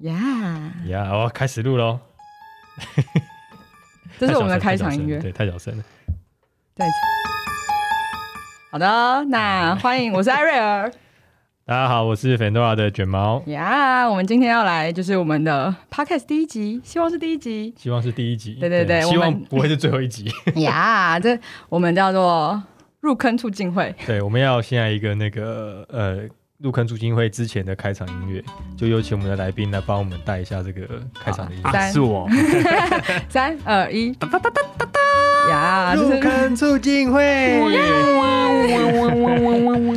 呀、呀、我要开始录喽！这是我们的太开小声场音乐太小声了。对，再太小声了。一次好的，那欢迎，我是艾瑞 尔。大家好，我是 Fandora 的卷毛，呀、我们今天要来就是我们的 podcast 第一集，希望是第一 集。希望是第一集，对对对希我望们不会是最后一集。 呀、这我们叫做入坑促进 会。对，我们要先来一个那个呃，入坑助金会之前的开场音乐，就有请我们的来宾来帮我们带一下这个开场的音乐。三啊，是我，三二一，哒哒哒哒哒哒。呀、啊这是坑促进会，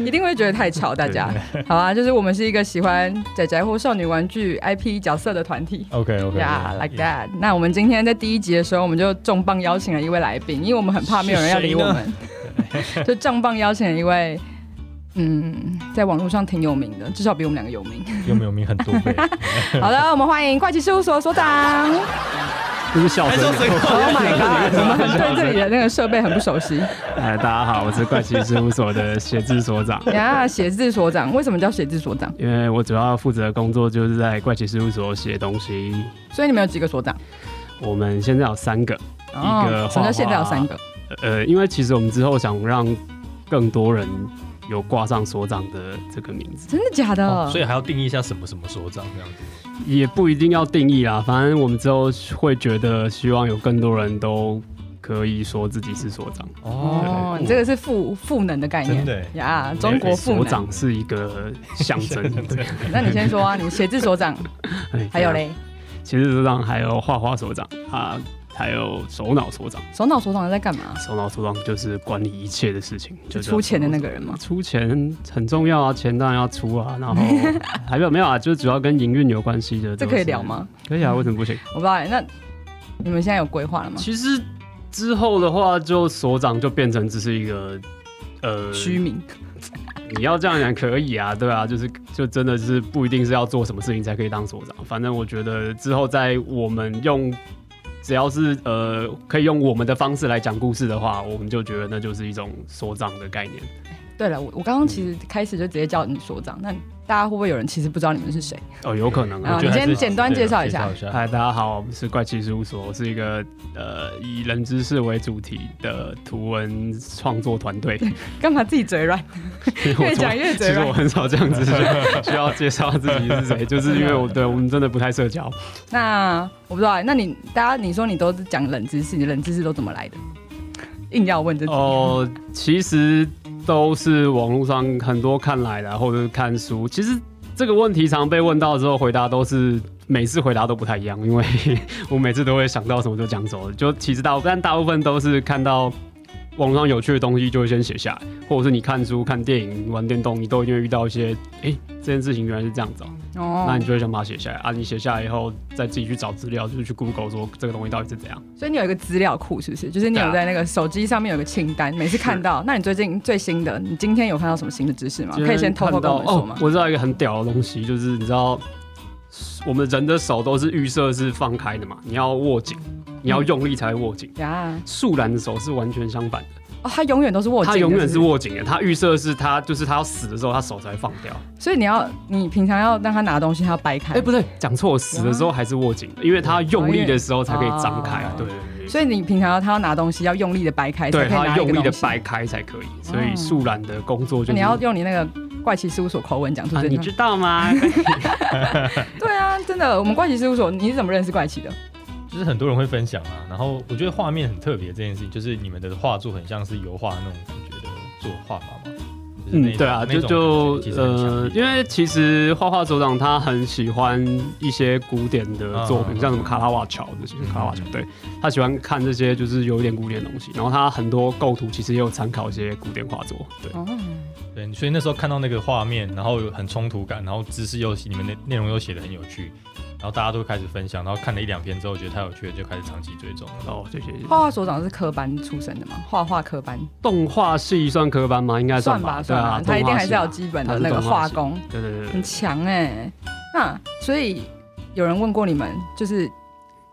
一定会觉得太吵，大家。好啊，就是我们是一个喜欢仔仔或少女玩具 IP 角色的团体。 OK OK， Yeah, like that。那我们今天在第一集的时候，我们就重磅邀请了一位来宾，因为我们很怕没有人要理我们，就重磅邀请了一位，嗯，在网络上挺有名的，至少比我们两个有名。有没有名很 多倍？好的，我们欢迎怪奇事务所所长。这是笑声。 Oh my god！我们很对这里的那个设备很不熟悉。 哎，大家好，我是怪奇事务所的写字所长。呀，写字所长，为什么叫写字所长？因为我主要负责的工作就是在怪奇事务所写东西。所以你们有几个所长？我们现在有三个，一个画画什么叫现在有三个？呃，因为其实我们之后想让更多人有挂上所长的这个名字，真的假的？哦所以还要定义一下什么什么所长这样子。也不一定要定义啦，反正我们之后会觉得希望有更多人都可以说自己是所长。哦，你这个是赋赋能的概念。真的耶呀，中国赋所能。长是一个象征，对。那你先说啊，你写字所长，哎 还有，嘞，骑士所长，还有画画所长啊，还有首脑所长。首脑所长在干嘛？首脑所长就是管理一切的事情，就叫出钱的那个人吗？出钱很重要啊，钱当然要出 啊。然后还有没有啊？就是主要跟营运有关系的，这可以聊？吗？可以啊，为什么不行？我不知道欸。那你们现在有规划了吗？其实之后的话，就所长就变成只是一个呃虚名你要这样讲可以啊，对啊，就是就真的是不一定是要做什么事情才可以当所长。反正我觉得之后在我们用只要是呃可以用我们的方式来讲故事的话，我们就觉得那就是一种所长的概念。对了，我我刚刚其实开始就直接叫你所长，那大家会不会有人其实不知道你们是谁？ 哦，有可能啊啊。我你觉得还先是简单介绍一下对介绍一下。嗨，大家好，我们是怪奇事务所，我是一个呃以人知识为主题的图文创作团队。干嘛自己嘴软？ 因 为我越从讲越嘴其实软我很少这样子需要介绍自己是谁，就是因为我对我们真的不太社交。那我不知道欸，那你大家你说你都是讲冷知识，你冷知识都怎么来的？硬要问这题，哦，其实都是网络上很多看来的啊，或者是看书。其实这个问题常被问到之后，回答都是每次回答都不太一样，因为 我每次都会想到什么就讲什么。就其实大部分，但大部分都是看到。网络上有趣的东西就会先写下来，或者是你看书、看电影、玩电动，你都一定会遇到一些，诶，这件事情原来是这样子哦、那哦你，就会想把它写下来啊。你写下来以后，再自己去找资料，就是去 Google 说这个东西到底是怎样。所以你有一个资料库是不是？就是你对有啊在那个手机上面有个清单，每次看到。那你最近最新的，你今天有看到什么新的知识吗？啊可以先偷偷跟我们说吗哦？我知道一个很屌的东西，就是你知道，我们人的手都是预设是放开的嘛，你要握紧，你要用力才会握紧。呀，树懒的手是完全相反的，哦，他永远都是握紧的，它永远是不握紧的。它预设是它就是它要死的时候，它手才会放掉。所以你要，你平常要让他拿东西，他要掰开。哎、不对，讲错，死的时候还是握紧的，因为它用力的时候才可以张开哦。对对对对。所以你平常要他要拿东西，要用力的掰开，对，才可以它拿一用个力的东西掰。开才可以，所哦以树懒的工作那就是你要用你那个怪奇事务所口吻讲出啊，这句你话。知道吗？对啊，真的，我们怪奇事务所，你是怎么认识怪奇的？就是很多人会分享啊，然后我觉得画面很特别这件事情，就是你们的画作很像是油画那种感觉的作画法嘛。就是那嗯，种对啊，那就种就感觉其实很强呃，烈因为其实画画手掌他很喜欢一些古典的作嗯嗯品，嗯像什么卡拉瓦乔这些嗯，卡拉瓦乔嗯，对他喜欢看这些就是有一点古典的东西，然后他很多构图其实也有参考一些古典画作，对。哦，对，所以那时候看到那个画面，然后有很冲突感，然后知识又你们的内容又写的很有趣，然后大家都开始分享，然后看了一两篇之后觉得太有趣了，就开始长期追 踪了。哦，谢谢。画画所长是科班出身的嘛，画画科班动画系算科班吗？应该算吧，吧对算啊吧，，他一定还是要有要基本的那个画功，对对对对欸很强哎。那所以有人问过你们，就是。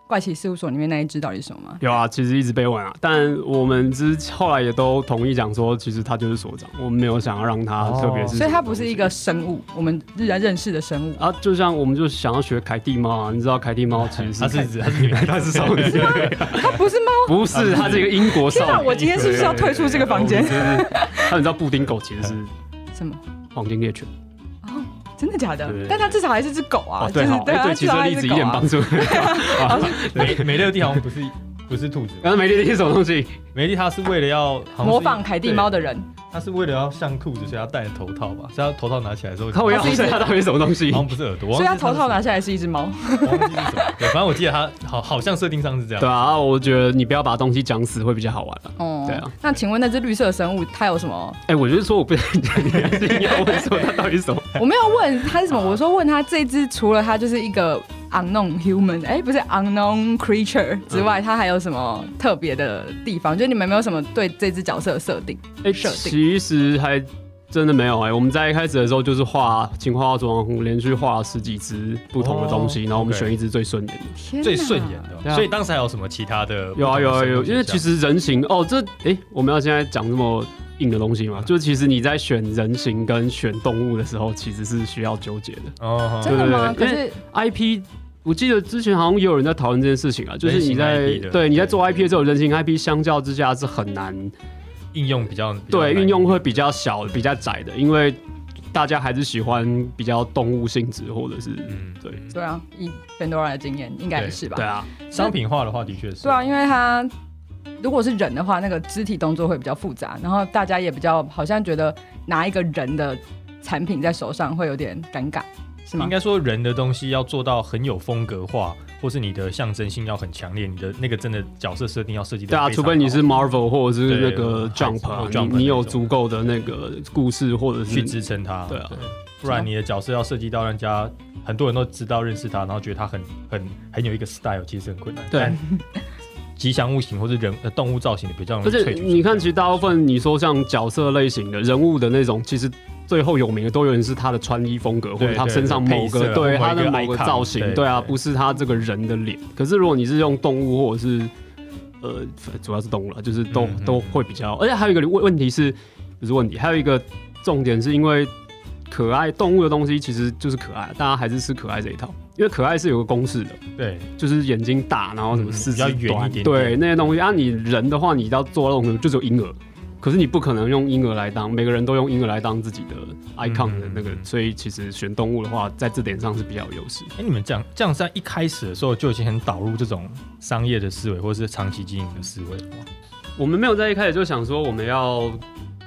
怪奇事务所里面那一只到底是什么吗？有啊，其实一直被问啊，但我们之后来也都同意讲说，其实他就是所长，我们没有想要让他特别是、所以它不是一个生物，我们日常认识的生物。啊，就像我们就想要学凯蒂猫啊，你知道凯蒂 猫其实它是是它是女的，它是少女，它 不是猫。不是，它是一个英国天少哪！女。我今天是不是要退出这个房间就？ 是，它你知道布丁狗其实是什么？黄金猎犬哦，真的假的对？但它至少还是只狗啊，就对是好，对哎啊，它对，至其少实还一是直狗眼啊帮。助。 美美乐蒂好像不是不 是兔子， 刚刚没猎是什么东西？美丽她是为了要好像是模仿凯蒂猫，的人，对她是为了要像兔子，所以她戴了头套吧，所以她头套拿起来之后，看我要它是一只它到底是什么东西好？像不是耳朵，所以它它头套拿下来是一只猫。忘记是什么，对，反正我记得她好好像设定上是这样 对，啊，我觉得你不要把东西讲死会比较好玩了。哦对啊。那请问那只绿色生物它有什么？哎，我就是说我不想讲，你还是硬要问说它到底是什么？我没有问它是什么，我说问它这只除了它就是一个 unknown human，哎，不是 unknown creature 之嗯外，它还有什么特别的地方？就你们有没有什么对这只角色的设定？哎，设定其实还真的没有哎、我们在一开始的时候就是画青花烛网红，连续画了十几只不同的东西，哦然后我们 OK 选一只最顺眼的。天哪最顺眼的对嘛，啊所以当时还有什么其他的？有啊有啊有，因为其实实人形哦，这哎、我们要现在讲这么硬的东西嘛，就是其实你在选人形跟选动物的时候，其实是需要纠结的。哦真的吗？可对对对是 IP，我记得之前好像也有人在讨论这件事情啊，就是你在人形 IP 的对你在做对 IP 的时候，人形 IP 相较之下是很难应用比较比较对难运用会比较小、比较窄的，因为大家还是喜欢比较动物性质或者是嗯对对啊，以 Pandora 的经验应该也是吧？对啊，商品化的话，的确是对啊，因为他如果是人的话，那个肢体动作会比较复杂，然后大家也比较好像觉得拿一个人的产品在手上会有点尴尬，是吗应？该说，人的东西要做到很有风格化，或是你的象征性要很强烈，你的那个真的角色设定要设计的。对啊，除非你是 Marvel 或者是对那个还是 Jump，啊有 Jump 你你有那种足够的那个故事或者是去支撑它，对啊不然你的角色要设计到让人家很多人都知道认识他，然后觉得他很很很有一个 style，其实很困难。对，但吉祥物型或是人呃动物造型的比较容易而且萃取出来。你看，其实大部分你说像角色类型的人物的那种，其实最后有名的都有人是他的穿衣风格，或对者他身上对某个对对配色他的某一某个个 icon，造型，对对啊，对不是他这个人的脸。可是如果你是用动物或者是呃，主要是动物了，就是都嗯嗯都嗯会比较。而且还有一个问问题是，不是问题，还有一个重点是因为可爱动物的东西其实就是可爱，大家还是吃可爱这一套，因为可爱是有个公式的。对，就是眼睛大，然后什么四肢嗯比较短圆一点点对那些东西。啊，你人的话，你要做那种就只有婴儿，可是你不可能用婴儿来当，每个人都用婴儿来当自己的 icon 的那个，嗯嗯嗯所以其实选动物的话，在这点上是比较有优势。哎、你们这样这样在一开始的时候就已经很导入这种商业的思维，或是长期经营的思维了吗我们没有在一开始就想说我们要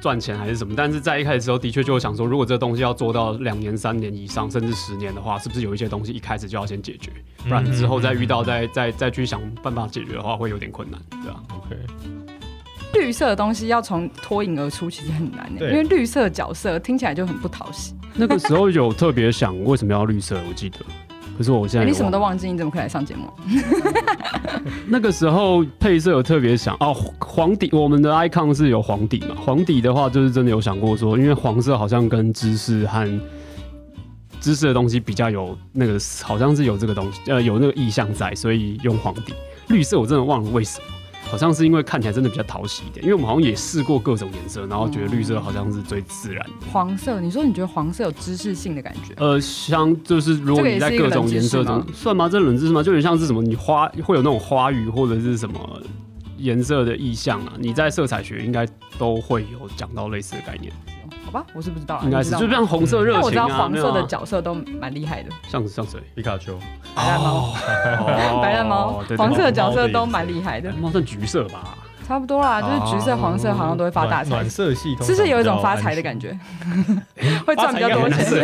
赚钱还是什么，但是在一开始之后，的确就有想说，如果这东西要做到两年、三年以上，甚至十年的话，是不是有一些东西一开始就要先解决，不然之后再遇到再再再去想办法解决的话，会有点困难，对啊吧、 OK，绿色的东西要从脱颖而出，其实很难、欸，对因为绿色角色听起来就很不讨喜。那个时候有特别想为什么要绿色，我记得。可是我现哎在你也什么都忘忘记，你怎么可以来上节目？了那个时候配色有特别想哦，黄底我们的 icon 是有黄底嘛？黄底的话就是真的有想过说，因为黄色好像跟知识和知识的东西比较有那个，好像是有这个东西呃有那个意向在，所以用黄底。绿色我真的忘了为什么，好像是因为看起来真的比较讨喜一点，因为我们好像也试过各种颜色，然后觉得绿色好像是最自然的。黄色，你说你觉得黄色有知识性的感觉？呃，像就是如果你在各种颜这个也是一个色冷中算吗？这冷知识吗？就有点像是什么，你花会有那种花语或者是什么颜色的意象啊，你在色彩学应该都会有讲到类似的概念，好吧，我是不知道啊，应该你是知道就吗像红色热情但啊，我知道黄没有色的啊角色都蛮厉害的，像像谁？皮卡丘，白烂猫、哦 白烂猫对对、对黄色的角色猫的意思都蛮厉害的白，烂猫算橘色吧？差不多啦，就是橘色、哦黄色好像都会发大暖财暖。色系统，是不是有一种发财的感？觉？ 会赚啊比较多发财应该很难钱是。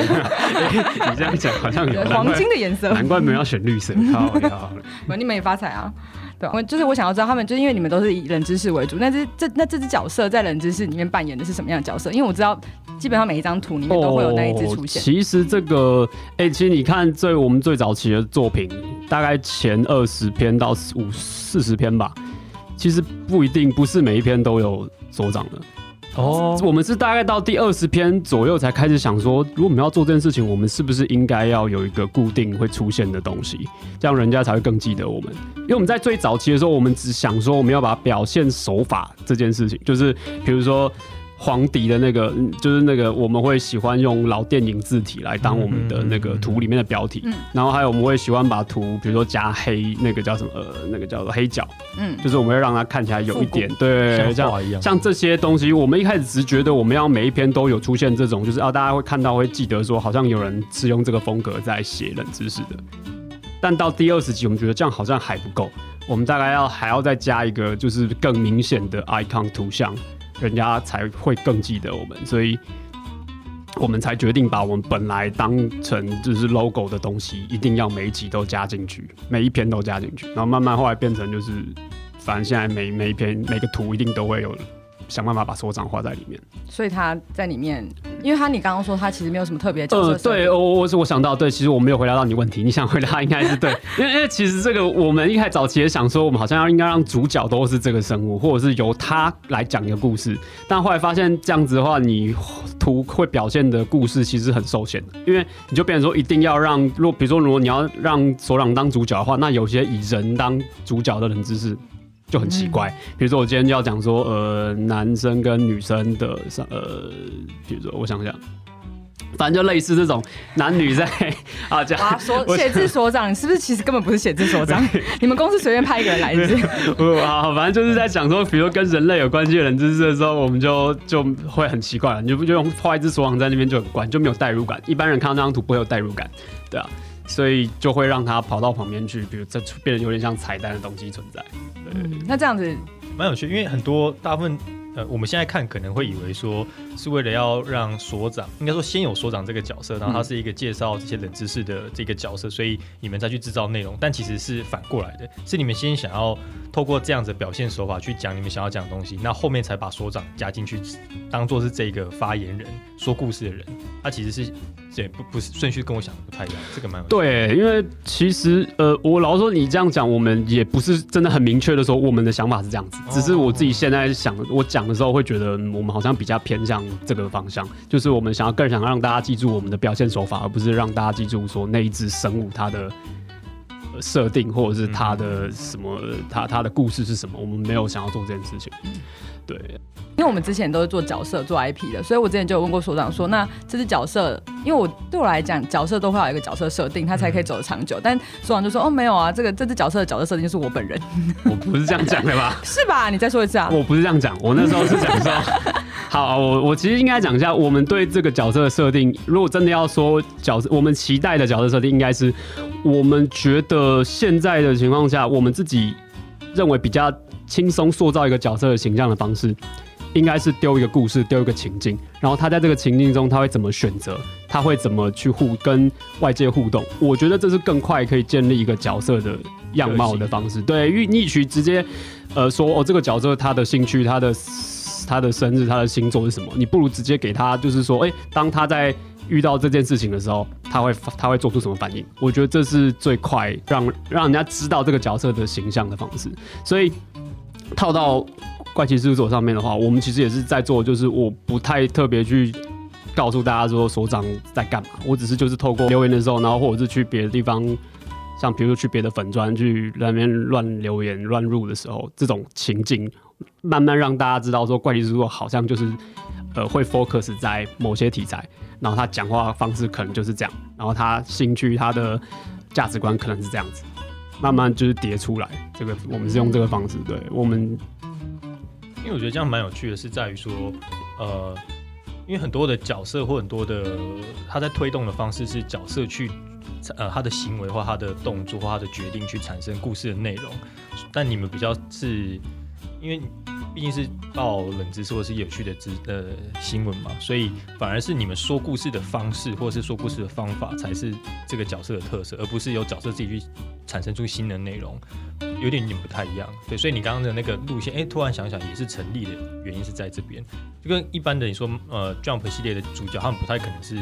你这样讲好像有对，黄金。的颜色，难怪没有要选绿色，靠呀！你们也发财啊。对啊，我就是我想要知道他们，就是因为你们都是以冷知识为主，那这这那这只角色在冷知识里面扮演的是什么样的角色？因为我知道基本上每一张图里面都会有那一只出现。哦其实这个，哎、其实你看最我们最早期的作品，大概前二十篇到五四十篇吧，其实不一定不是每一篇都有所长的。哦，我们是大概到第二十篇左右才开始想说，如果我们要做这件事情，我们是不是应该要有一个固定会出现的东西，这样人家才会更记得我们。因为我们在最早期的时候，我们只想说我们要把表现手法这件事情，就是比如说。黄迪的那个，嗯就是那个，我们会喜欢用老电影字体来当我们的呃那个图里面的标题，嗯然后还有我们会喜欢把图，比如说加黑，那个叫什么，呃，那个叫做黑角，嗯，就是我们会让它看起来有一点复对，这像样画一样，像这些东西，我们一开始只觉得我们要每一篇都有出现这种，就是啊，大家会看到会记得说，好像有人是用这个风格在写冷知识的。但到第二十集，我们觉得这样好像还不够，我们大概要还要再加一个，就是更明显的 icon 图像，人家才会更记得我们，所以。我们才决定把我们本来当成就是 logo 的东西，一定要每一集都加进去，每一篇都加进去，然后慢慢后来变成就是，反正现在每每一篇每个图一定都会有想办法把所长画在里面。所以他在里面，因为他你刚刚说他其实没有什么特别的角色呃，设定、对，我我我想到，对，其实我没有回答到你问题，你想回答应该是对，因为因为其实这个我们一开始早期也想说，我们好像要应该让主角都是这个生物，或者是由他来讲一个故事，但后来发现这样子的话，你图会表现的故事其实很受限的，因为你就变成说一定要让，如果比如说如果你要让首长当主角的话，那有些以人当主角的冷知识。就很嗯奇怪，比如说我今天就要讲说，呃，男生跟女生的上，呃，比如说我想想，反正就类似这种男女在 啊讲， 哇，所我写字所长，你是不是其实根本不是写字所长？你们公司随便派一个人来 是不是？啊，反正就是在讲说，比如说跟人类有关系的冷知识的时候，我们就就会很奇怪了，你就不就用画一只手网在那边就很怪，就没有代入感。一般人看到那张图不会有代入感，对啊，所以就会让它跑到旁边去，比如这变得有点像彩蛋的东西存在。嗯那这样子，蛮有趣，因为很多大部分呃，我们现在看可能会以为说是为了要让所长，应该说先有所长这个角色，然后他是一个介绍这些冷知识的这个角色，所以你们再去制造内容，但其实是反过来的，是你们先想要透过这样子的表现手法去讲你们想要讲的东西，那后面才把所长加进去，当做是这个发言人说故事的人，他其实是对不不是顺序跟我想的不太一样，这个蛮有趣的。对，因为其实呃，我老实说你这样讲，我们也不是真的很明确的说我们的想法是这样子，只是我自己现在想，我讲的时候会觉得嗯我们好像比较偏向这个方向，就是我们想要更想让大家记住我们的表现手法，而不是让大家记住说那一只生物它的。呃设定或者是它的什么，它它的故事是什么？我们没有想要做这件事情。对，因为我们之前都是做角色、做 IP 的，所以我之前就有问过所长说，那这只角色，因为我对我来讲，角色都会有一个角色设定，它才可以走得长久。但所长就说，哦，没有啊，这个这只角色的角色设定就是我本人，我不是这样讲的吧？是吧？你再说一次啊。我不是这样讲，我那时候是讲说，好，我我其实应该讲一下，我们对这个角色的设定，如果真的要说角色，我们期待的角色设定应该是，我们觉得现在的情况下，我们自己认为比较轻松塑造一个角色的形象的方式，应该是丢一个故事，丢一个情境，然后他在这个情境中他会怎么选择，他会怎么去互跟外界互动。我觉得这是更快可以建立一个角色的样貌的方式。对，因为你取直接呃说哦，这个角色他的兴趣、他的他的生日、他的星座是什么，你不如直接给他就是说，哎、当他在。遇到这件事情的时候，他会他会做出什么反应？我觉得这是最快让让人家知道这个角色的形象的方式。所以套到怪奇事务所上面的话，我们其实也是在做，就是我不太特别去告诉大家说所长在干嘛，我只是就是透过留言的时候，然后或者是去别的地方，像比如说去别的粉砖去那边乱留言乱入的时候，这种情境慢慢让大家知道说怪奇事务所好像就是呃会 focus 在某些题材，然后他讲话方式可能就是这样，然后他兴趣他的价值观可能是这样子。慢慢就是叠出来，这个我们是用这个方式，对我们因为我觉得这样蛮有趣的，是在于说，呃，因为很多的角色或很多的他在推动的方式是角色去，呃，他的行为或他的动作或他的决定去产生故事的内容，但你们比较是，因为毕竟是报冷知识或是有趣的知呃新闻嘛，所以反而是你们说故事的方式或是说故事的方法才是这个角色的特色，而不是由角色自己去产生出新的内容。有点有点不太一样。对，所以你刚刚的那个路线，哎、突然想想也是成立的原因是在这边，就跟一般的你说呃 Jump 系列的主角，他们不太可能是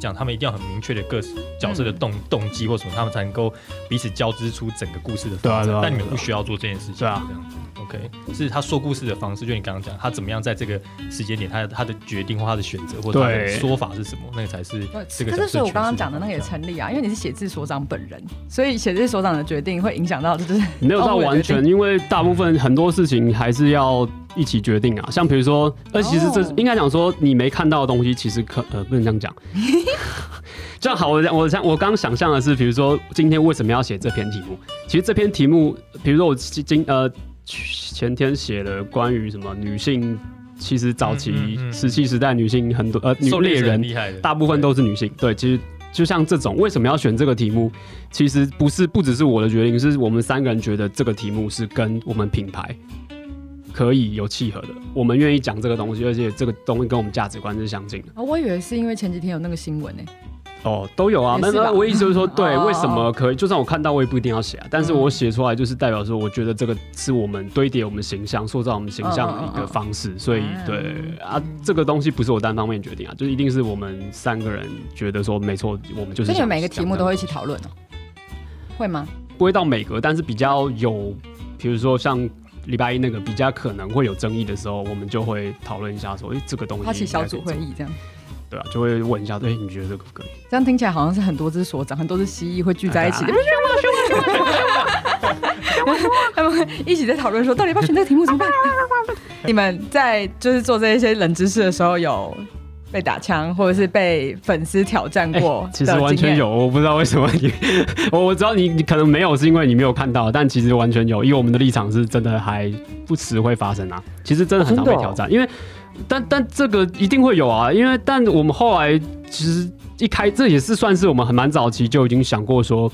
讲他们一定要很明确的各角色的动、动机或什么，他们才能够彼此交织出整个故事的对啊发展。对啊但你们对啊不需要做这件事情，对啊这样子。OK，是他说故事的方式，就你刚刚讲，他怎么样在这个时间点，他的他的决定或他的选择或者他的对说法是什么，那个才是呃这个角色诠释的方向。可是所以我刚刚讲的那个也成立啊，因为你是写字所长本人，所以写字所长的决定会影响到就是没 有到完哦我全，因为大部分很多事情还是要一起决定啊。像比如说，呃，其实这哦应该讲说你没看到的东西，其实可呃不能这样讲。这样好，我我想我刚想象的是，比如说今天为什么要写这篇题目？其实这篇题目，比如说我今今呃前天写了关于什么女性，其实早期嗯嗯嗯石器时代女性很多呃女狩猎猎是很人厉害的，大部分都是女性。对，其实就像这种，为什么要选这个题目？其实不是不只是我的决定，是我们三个人觉得这个题目是跟我们品牌可以有契合的，我们愿意讲这个东西，而且这个东西跟我们价值观是相近的。哦，我以为是因为前几天有那个新闻呢、哦，都有啊。也那是吧那我意思就是说，对，哦为什么可以？就算我看到，我也不一定要写啊。但是我写出来，就是代表说，我觉得这个是我们堆叠我们形象、塑造我们形象的一个方哦式。所以，对嗯啊，这个东西不是我单方面决定啊，就是一定是我们三个人觉得说，没错，我们就是想。所以你们每个题目想这都样会一起讨论哦，会吗？不会到每个，但是比较有，比如说像。礼拜一那个比较可能会有争议的时候，我们就会讨论一下，说，哎、这个东西发起小组应该会可以议这样，做，对啊，就会问一下，哎、你觉得这个可不可以？这样听起来好像是很多只所长，很多只蜥蜴会聚在一啊起，他们会一起在讨论说，到底要不要选这个题目怎么办？你们在就是做这一些冷知识的时候，有被打枪或者是被粉丝挑战过、哎其实完全。有，我不知道为什么你，我我知道你你可能没有，是因为你没有看到，但其实完全有，因为我们的立场是真的还不时会发生啊，其实真的很常被挑战，因为但但这个一定会有啊，因为但我们后来其实一开这也是算是我们很蛮早期就已经想过说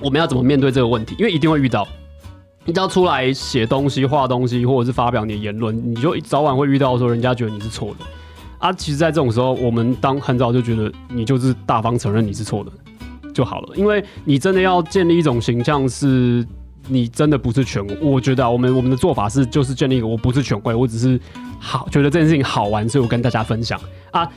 我们要怎么面对这个问题，因为一定会遇到。你只要出来写东西、画东西，或者是发表你的言论，你就早晚会遇到说人家觉得你是错的。啊，其实，在这种时候，我们当很早就觉得你就是大方承认你是错的就好了，因为你真的要建立一种形象是。你真的不是权威，我觉得、啊、我们我们的做法是，就是建立一个我不是权贵，我只是好觉得这件事情好玩，所以我跟大家分享啊。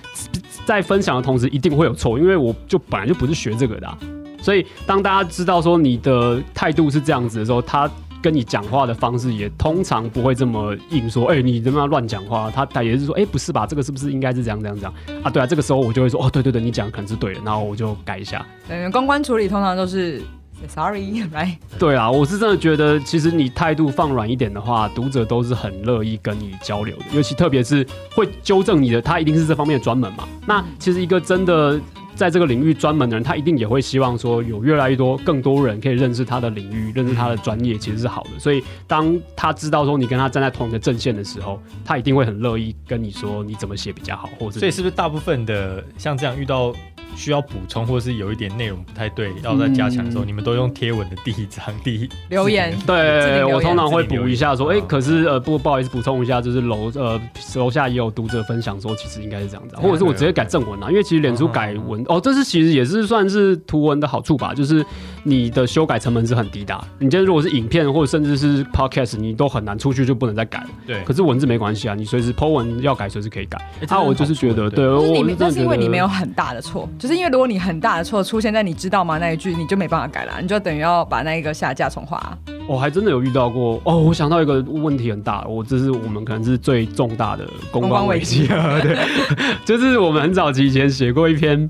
在分享的同时，一定会有错，因为我就本来就不是学这个的啊、所以当大家知道说你的态度是这样子的时候，他跟你讲话的方式也通常不会这么硬说，哎、你怎么样乱讲话？他他也是说，哎、不是吧？这个是不是应该是这样这样这样啊？对啊，这个时候我就会说，哦，对对对，你讲的可能是对的，然后我就改一下。嗯，公关处理通常都是 say sorry，来， 对啊，我是真的觉得，其实你态度放软一点的话，读者都是很乐意跟你交流的，尤其特别是会纠正你的，他一定是这方面的专门嘛。那其实一个真的在这个领域专门的人，他一定也会希望说，有越来越多更多人可以认识他的领域，认识他的专业，其实是好的。所以当他知道说你跟他站在同一个阵线的时候，他一定会很乐意跟你说你怎么写比较好，或者所以是不是大部分的像这样遇到需要补充，或是有一点内容不太对，要再加强的时候，嗯你们都用贴文的第一章、第一留言自己对，留言我通常会补一下说，自己哎、留言可是呃，不不好意思，补充一下，就是楼呃楼下也有读者分享说，其实应该是这样子啊、对或者是我直接改正文啊，因为其实脸书改文哦，这是其实也是算是图文的好处吧，就是你的修改成本是很低的啊。你今天如果是影片或者甚至是 podcast，你都很难出去就不能再改了。对可是文字没关系啊，你随时 po 文要改随时可以改。啊，我就是觉欸得，对，，就我是你我没，但是因为你没有真的觉得。很大的错，就是因为如果你很大的错出现在你知道吗那一句，你就没办法改了，你就等于要把那一个下架重画、啊。我哦还真的有遇到过哦，我想到一个问题很大，我这是我们可能是最重大的公公关关危危机了。对， 就是我们很早期以前写过一篇，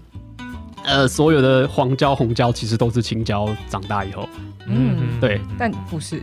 呃，所有的黄椒、红椒其实都是青椒长大以后。嗯对但不是，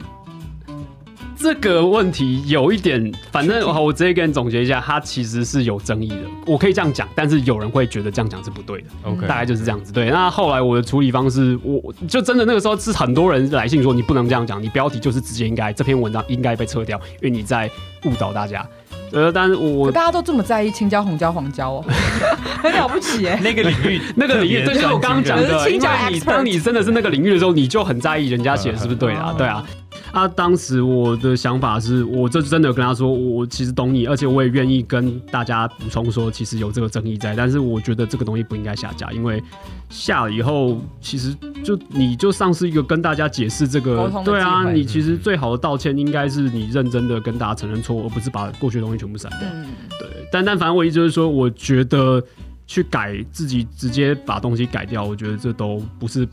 这个问题有一点，反正好，我直接跟你总结一下，它其实是有争议的。我可以这样讲，但是有人会觉得这样讲是不对的。 OK，大概就是这样子。对，那后来我的处理方式，我就真的那个时候是很多人来信说你不能这样讲，你标题就是直接应该这篇文章应该被撤掉，因为你在误导大家。呃，但是我可大家都这么在意青椒、红椒、黄椒哦， 很了不起哎、那个领域 ，那个领域，对，就是我刚刚讲人的，是因青为椒你 expert 当你真的是那个领域的时候，你就很在意人家写的是不是对啊，嗯对啊。啊，当时我的想法是我这真的跟他说，我其实懂你，而且我也愿意跟大家补充说，其实有这个争议在，但是我觉得这个东西不应该下架，因为下了以后，其实就你就丧失一个跟大家解释这沟个通，的对机啊，会嗯你其实最好的道歉应该是你认真的跟大家承认错误，而不是把过去的东西全部删掉。嗯，对，但但反正我意思就是说，我觉得去改自己直接把东西改掉，我觉得这都不是。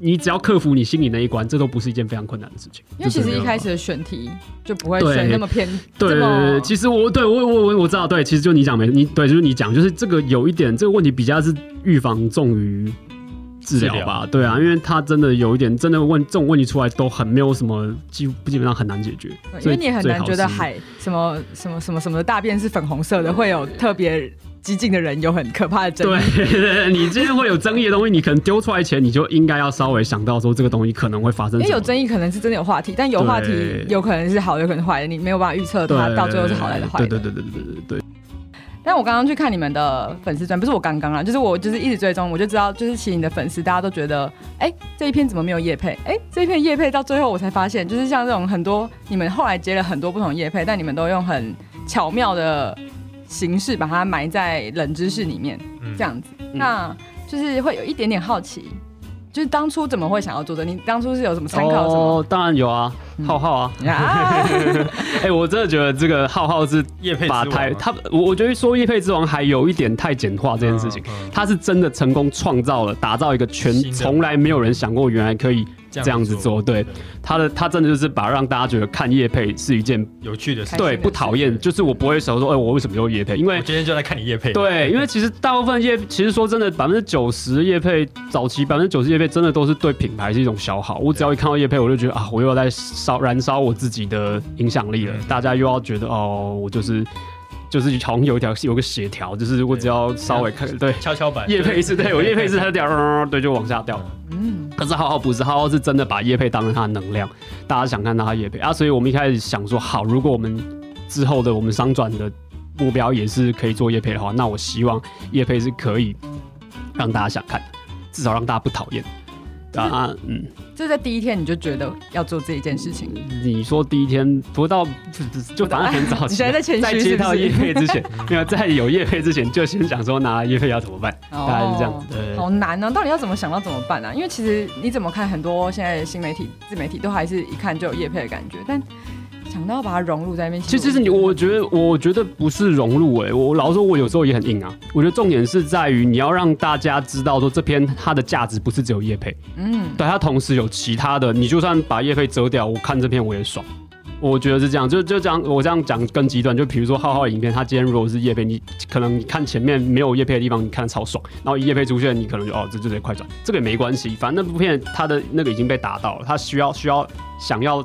你只要克服你心里那一关，这都不是一件非常困难的事情。因为其实这真的没一有开办法始的选题就不会对选那么偏，对这对对么对，其实我对我我我我知道，对，其实就你讲没你对，就是你讲，就是这个有一点这个问题比较是预防重于治疗吧，对啊，因为他真的有一点真的问这种问题出来都很没有什么，几乎基本上很难解决，对因所以为你也很最难好觉得是海什么什么什么什么的大便是粉红色的，会有特别激进的人有很可怕的争对议。对对对，你今天会有争议的东西，你可能丢出来前你就应该要稍微想到说这个东西可能会发生因为什么有争议可能是真的有话题，但有话题对有可能是好，有可能是坏的，你没有办法预测对它到最后是好还是坏的。对对对对对对对对，但我刚刚去看你们的粉丝专，不是我刚刚啦，就是我就是一直追踪，我就知道，就是其实你的粉丝大家都觉得，哎、这一篇怎么没有叶配？哎、这一篇叶配到最后我才发现，就是像这种很多你们后来接了很多不同叶配，但你们都用很巧妙的形式把它埋在冷知识里面，嗯这样子，那就是会有一点点好奇，就是当初怎么会想要做这？你当初是有什么参考什么？哦，当然有啊，浩浩啊，啊，哎、我真的觉得这个浩浩是叶佩把台他，我我觉得说叶配之王还有一点太简化这件事情，嗯嗯他是真的成功创造了打造一个全新的从来没有人想过原来可以这样子做，对他的他真的就是把让大家觉得看叶配是一件有趣的事。开心的对不事讨厌，就是我不会想说，哎、我为什么用叶配？因为我今天就来看你叶佩，对，因为其实大部分业，其实说真的，百分之九十业配早期百分之九十业配真的都是对品牌是一种消耗。我只要一看到业配，我就觉得啊，我又要在烧燃烧我自己的影响力了嗯。大家又要觉得哦，我就是就是好像有一条有个协调，就是我只要稍微看对跷跷板业配一次，对我业配一次，它就掉，对，就往下掉。嗯，可是浩浩不是，浩浩是真的把叶配当成他的能量，大家想看到他叶配啊，所以我们一开始想说，好，如果我们之后的我们商转的目标也是可以做叶配的话，那我希望叶配是可以让大家想看的，至少让大家不讨厌。啊，嗯，就在第一天你就觉得要做这一件事情，你说第一天不到，就反正很早你期，现在在谦虚在接到是叶不是配之前，没有在有叶配之前，就先想说拿了叶配要怎么办，哦大概是这样子。对好难哦，到底要怎么想到怎么办啊？因为其实你怎么看很多现在的新媒体、自媒体都还是一看就有业配的感觉，但想到要把它融入在那边，其实其实你，我觉得，我觉得不是融入诶、我老实说，我有时候也很硬啊。我觉得重点是在于你要让大家知道说，这篇它的价值不是只有叶配，嗯，对它同时有其他的。你就算把叶配折掉，我看这篇我也爽。我觉得是这样，就就这样，我这样讲更极端，就比如说浩浩的影片，他今天如果是叶配，你可能你看前面没有叶配的地方，你看的超爽，然后一叶配出现，你可能就哦，这就得快转，这个也没关系，反正那部片它的那个已经被打到了，它需要需要想要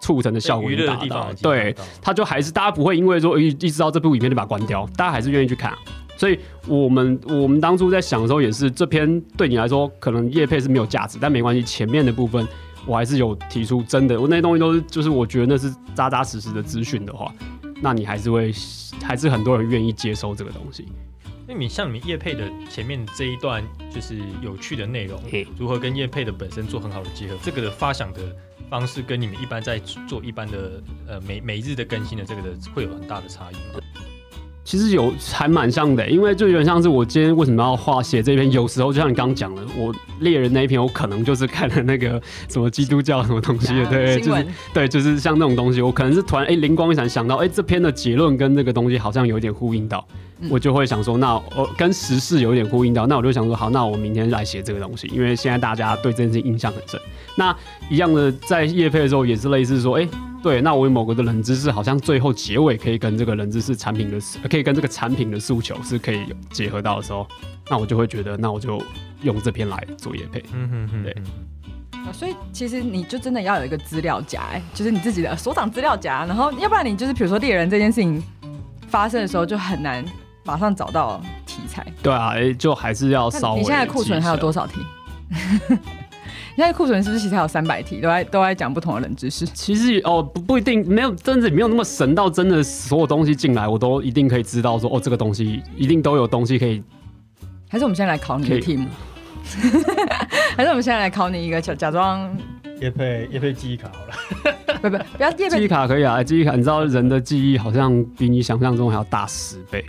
促成的效果娱已经乐的达地到方了已，经对达，到了他就还是大家不会因为说一一知道这部影片就把它关掉，大家还是愿意去看啊、所以我们我们当初在想的时候也是，这篇对你来说可能叶配是没有价值，但没关系，前面的部分我还是有提出真的，我那些东西都是就是我觉得那是扎扎实实的资讯的话，那你还是会还是很多人愿意接收这个东西。那你像你们叶配的前面这一段，就是有趣的内容嘿，如何跟叶配的本身做很好的结合，这个的发想的方式跟你们一般在做一般的呃每每日的更新的这个的会有很大的差异吗？其实有还蛮像的、因为就有点像是我今天为什么要画写这篇，有时候就像你刚刚讲的，我猎人那一篇，我可能就是看了那个什么基督教什么东西的，对，啊新就是闻对，就是像那种东西，我可能是突然哎灵光一闪想到，哎这篇的结论跟这个东西好像有点呼应到，嗯我就会想说，那我跟时事有点呼应到，那我就想说，好，那我明天来写这个东西，因为现在大家对这件事情印象很深。那一样的，在夜配的时候也是类似说，哎。对，那我有某个的冷知识，好像最后结尾可以跟这个冷知识产品的，可以跟这个产品的诉求是可以有结合到的时候，那我就会觉得，那我就用这篇来做夜配。嗯哼哼对所以其实你就真的要有一个资料夹、哎就是你自己的所长资料夹，然后要不然你就是比如说猎人这件事情发生的时候就很难马上找到题材。对啊，哎，就还是要那稍微。你现在库存还有？多少题？ 你现在库存是不是其实还有三百题，都在都在讲不同的冷知识？其实也哦不不一定没有，真的没有那么神到真的所有东西进来，我都一定可以知道说哦这个东西一定都有东西可以还是我们现在来考你 可的以题目？还是我们现在来考你一个假假装也配也配记忆卡好了。不不，不要夜记忆配，卡可以啊，记忆卡你知道人的记忆好像比你想象中还要大十倍，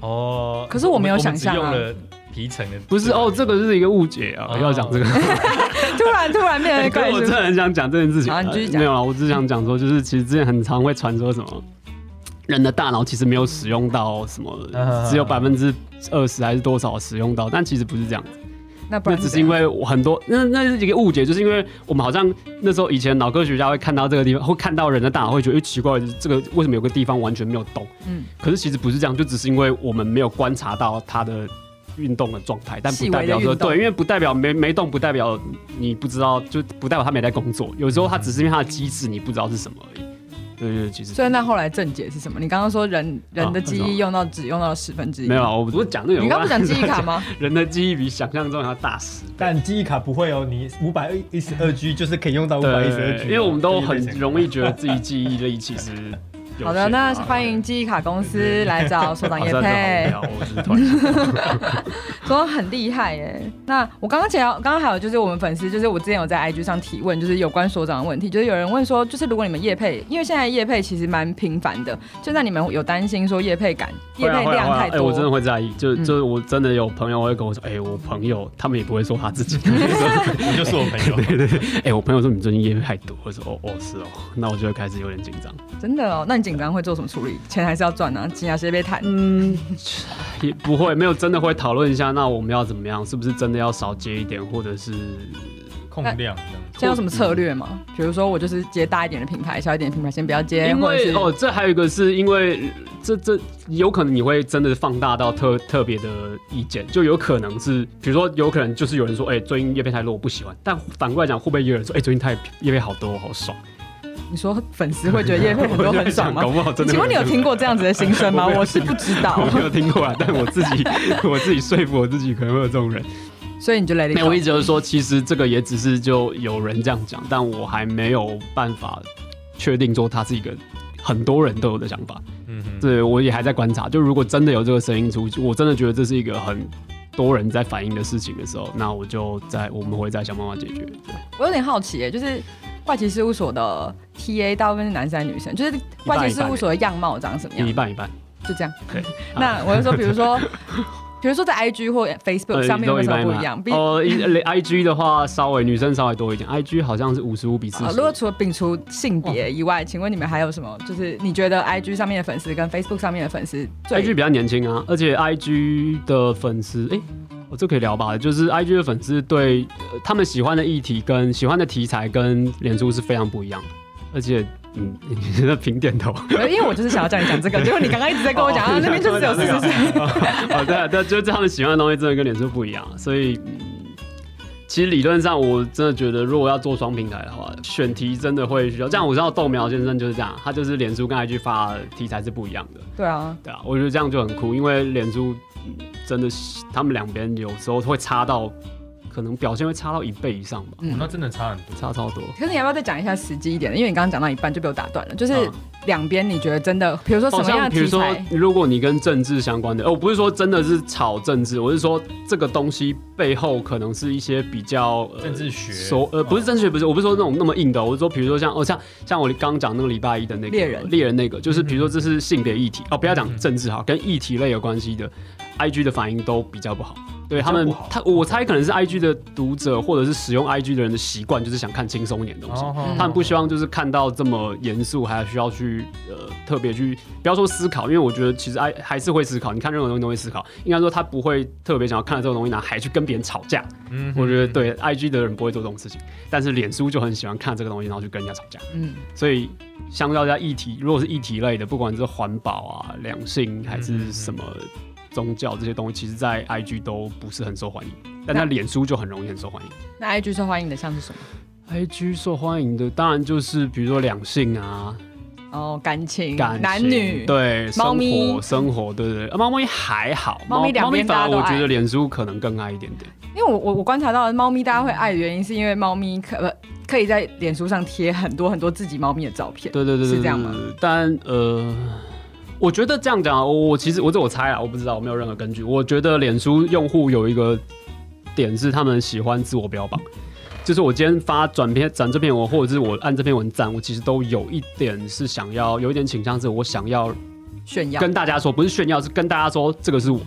哦，可是我没有想象啊我们只用了皮层的，不是哦，这个是一个误解啊，哦不要讲 这个。突然突然变成可怪哎是我叔真叔的很想讲这件事情。好你继续讲没有啦，啊我只是想讲说，就是其实之前很常会传说什么。人的大脑其实没有使用到什么嗯，只有百分之二十还是多少使用到，但其实不是这样子。那不那然只怎是因样为我很多那那是一个误解，就是因为我们好像那时候以前脑科学家会看到这个地方，会看到人的大脑会觉得诶奇怪，这个为什么有个地方完全没有动？嗯可是其实不是这样，就只是因为我们没有观察到它的运动的状态，但不细微的代表说运动对，因为不代表没没动，不代表你不知道，就不代表他没在工作。有时候它只是因为它的机制你不知道是什么而已。对对，对其实所以那后来正解是什么？你刚刚说人人的啊记忆用到只用到十分之一，没有啊，我我讲那个，你刚不讲记忆卡？吗？ 人的记忆比想象中还要大十但记忆卡不会哦，你五百一十二 G 就是可以用到五百一十二 G，嗯因为我们都很容易觉得自己记忆力其实有限啊。好的，那欢迎记忆卡公司来找所长好叶像佩是。好无聊，我只 是突然想到说很厉害耶。那我刚刚讲到，刚刚还有就是我们粉丝，就是我之前有在 IG 上提问，就是有关所长的问题，就是有人问说，就是如果你们业配，因为现在业配其实蛮频繁的，就那你们有担心说业配感、业 会啊配会啊量会啊太哎多？我真的会在意，就嗯就是我真的有朋友会跟我说，哎，我朋友他们也不会说他自己， 你就是我朋友，对对对，哎，我朋友说你最近夜太多，我说哦哦是哦，那我就会开始有点紧张，真的哦。那你紧张会做什么处理？钱还是要赚啊，紧牙谁被谈？嗯， 也不会没有真的会讨论一下，那我们要怎么样，是不是真的要少接一点，或者是控量这样。现在有什么策略吗？比如说我就是接大一点的品牌，小一点的品牌先不要接，因或者为是哦，这还有一个是因为呃这这有可能你会真的放大到特特别的意见，就有可能是，比如说有可能就是有人说，哎、最近叶片太弱，我不喜欢。但反过来讲，会不会也有人说，哎、最近太叶片好多，好爽？你说粉丝会觉得业配很多很爽吗搞？不好 真的。请问你有听？过这样子的心声吗？ 我没有我是不知道我，没有听过啊，但我自 己我自己说服我自己，可能会有这种人。所以你就来 e 那我一直就是说，其实这个也只是就有人这样讲，但我还没有办法确定说他是一个很多人都有的想法。嗯哼，对我也还在观察。就如果真的有这个声音出，我真的觉得这是一个很多人在反映的事情的时候，那我就在我们会再想办法解决。对，我有点好奇耶，就是怪奇事务所的 TA 大部分是男生还是女生？就是怪奇事务所的样貌长什么样一？半一半。就这样。 对那我就说，比如说， 比如说在 IG 或 Facebook 上面有没有呃都一什么半不半一样？比哦，一 I G 的话，稍微女生稍微多一点，I G 好像是五十五比四啊，十如。果除了摒除性别以外，请问你们还有什么？就是你觉得 IG 上面的粉丝跟 Facebook 上面的粉丝 I 最 G 比较年轻啊，而且 I G 的粉丝，哎、我这可以聊吧？就是 I G 的粉丝对、呃他们喜欢的议题跟喜欢的题材跟脸书是非常不一样的，而且，嗯，你在平点头。没有 因为我就是想要叫你讲这个，结果你刚刚一直在跟我讲，啊，那边就是有四 十岁，哦，对啊，对啊，就是他们喜欢的东西真的跟脸书不一样，所以。嗯其实理论上，我真的觉得，如果要做双平台的话，选题真的会需要。这样我知道豆苗先生就是这样，他就是脸书跟 IG 发的题材是不一样的，对啊，对啊，我觉得这样就很酷，因为脸书嗯真的是他们两边有时候会差到，可能表现会差到一倍以上吧，嗯哦那。真的差很多。差超多。可是你要不要再讲一下实际一点的？因为你刚刚讲到一半就被我打断了，就是嗯两边你觉得真的，比如说什好么样像的比如题说材，？如果你跟政治相关的，哦，我不是说真的是炒政治，我是说这个东西背后可能是一些比较、呃政治学所呃不是政治学，不是我不是说那种那么硬的哦，我是说比如说像哦像像我刚讲那个礼拜一的那个猎人猎人那个，就是比如说这是性别议题哦，不要嗯讲政治哈，跟议题类有关系的，IG 的反应都比较不好。对比较他们不好，他我猜可能是 IG 的读者或者是使用 IG 的人的习惯，就是想看轻松一点的东西。哦他们不希望就是看到这么严肃，还需要去呃特别去不要说思考，因为我觉得其实还还是会思考，你看任何东西都会思考。应该说他不会特别想要看到这种东西，然后还去跟别人吵架。嗯哼我觉得对 IG 的人不会做这种事情，但是脸书就很喜欢看这个东西，然后去跟人家吵架。嗯，所以相较之下，议题如果是议题类的，不管是环保啊、两性还是什么宗教这些东西，其实在 IG 都不是很受欢迎，但在脸书就很容易很受欢迎。那 IG 受欢迎的像是什么？ IG 受欢迎的当然就是比如说两性啊、哦，感情、感情男女，对猫生咪活生活对对对，啊猫咪还好，猫咪两猫咪边反大家而都我爱觉得脸书可能更爱一点点。因为我我我观察到猫咪大家会爱的原因，是因为猫咪可呃可以在脸书上贴很多很多自己猫咪的照片。对对对对，是这样吗对？对对但呃，我觉得这样讲啊，我我其实我这我猜啊，我不知道，我没有任何根据。我觉得脸书用户有一个点是他们喜欢自我标榜，就是我今天发转篇转这篇文，或者是我按这篇文赞，我其实都有一点是想要，有一点倾向是我想要炫耀，跟大家说，不是炫耀，是跟大家说这个是我，